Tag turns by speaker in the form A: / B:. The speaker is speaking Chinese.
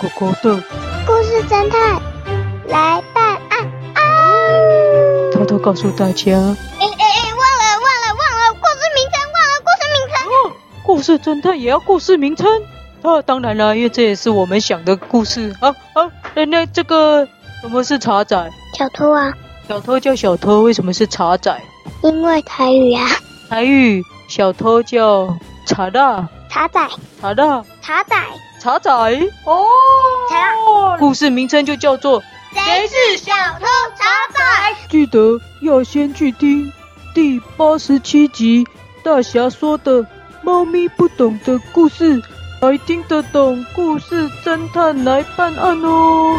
A: 狗狗的
B: 故事侦探来办案啊！
A: 偷偷告诉大家，
B: 哎哎哎，忘了忘了忘了，故事名称忘了故事名称。
A: 故事侦探也要故事名称啊！当然了，因为这也是我们想的故事啊啊！那那这个什么是茶仔？
B: 小偷啊，
A: 小偷叫小偷，为什么是茶仔？
B: 因为台语啊，
A: 台语小偷叫茶大，
B: 茶仔
A: 茶大，
B: 茶仔，
A: 茶仔哦。
B: 茶
A: 故事名称就叫做
B: 哦谁是小偷茶仔？
A: 记得要先去听第八十七集大侠说的《猫咪不懂的故事》，才听得懂故事侦探来办案哦。